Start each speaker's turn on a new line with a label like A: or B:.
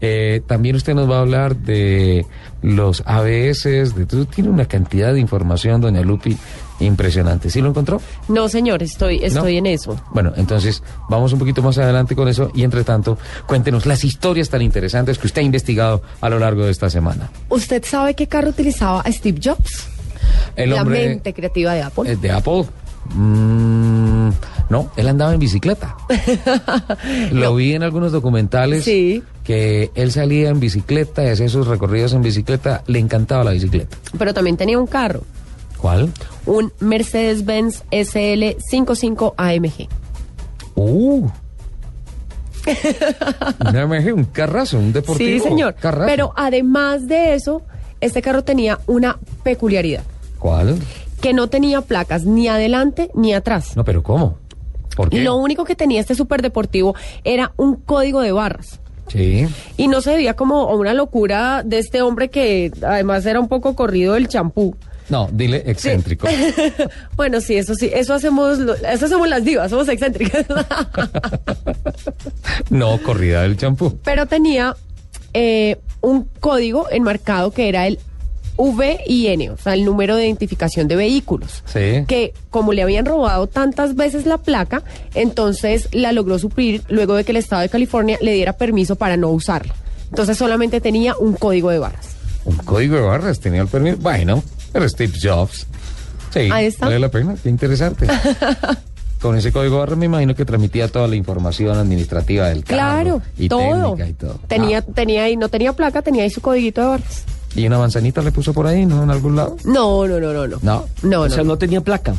A: Eh, también usted nos va a hablar de los ABS, de todo. Tiene una cantidad de información, doña Lupi, impresionante. ¿Sí lo encontró?
B: No, señor, estoy, estoy
A: ¿No?
B: en eso.
A: Bueno, entonces vamos un poquito más adelante con eso y entre tanto, cuéntenos las historias tan interesantes que usted ha investigado a lo largo de esta semana.
C: ¿Usted sabe qué carro utilizaba Steve Jobs?
A: El
C: la
A: hombre
C: mente creativa de Apple.
A: eh, de Apple. mm, no, él andaba en bicicleta. Lo vi en algunos documentales
B: Sí.
A: que él salía en bicicleta y hacía sus recorridos en bicicleta. Le encantaba la bicicleta.
B: Pero también tenía un carro,
A: ¿Cuál?
B: un Mercedes-Benz SL55 AMG.
A: Uh. Una AMG, un carrazo, un deportivo.
B: Sí, señor.
A: carrazo.
B: Pero además de eso, este carro tenía una peculiaridad,
A: ¿Cuál?
B: que no tenía placas ni adelante ni atrás.
A: No, pero ¿cómo? ¿Por qué?
B: Lo único que tenía este superdeportivo era un código de barras.
A: Sí.
B: Y no se veía como a una locura de este hombre que además era un poco corrido del champú.
A: No, dile excéntrico.
B: bueno, sí, eso sí, eso hacemos, lo- eso somos las divas, somos excéntricas.
A: no, corrida del champú.
B: Pero tenía eh, un código enmarcado que era el VIN, o sea, el número de identificación de vehículos.
A: Sí.
B: Que como le habían robado tantas veces la placa, entonces la logró suplir luego de que el Estado de California le diera permiso para no usarla. Entonces solamente tenía un código de barras.
A: Un código de barras tenía el permiso. Bueno, pero Steve Jobs. Sí,
B: Ahí está.
A: vale la pena, qué interesante. Con ese código de barras me imagino que transmitía toda la información administrativa del carro.
B: Claro,
A: y
B: todo.
A: técnica y todo.
B: Tenía,
A: Ah,
B: tenía ahí, no tenía placa, tenía ahí su codiguito de barras.
A: ¿Y una manzanita le puso por ahí, no? ¿En algún lado?
B: No, no, no, no, no.
A: No.
B: No,
D: o
B: no,
D: sea,
B: no.
D: no tenía placa.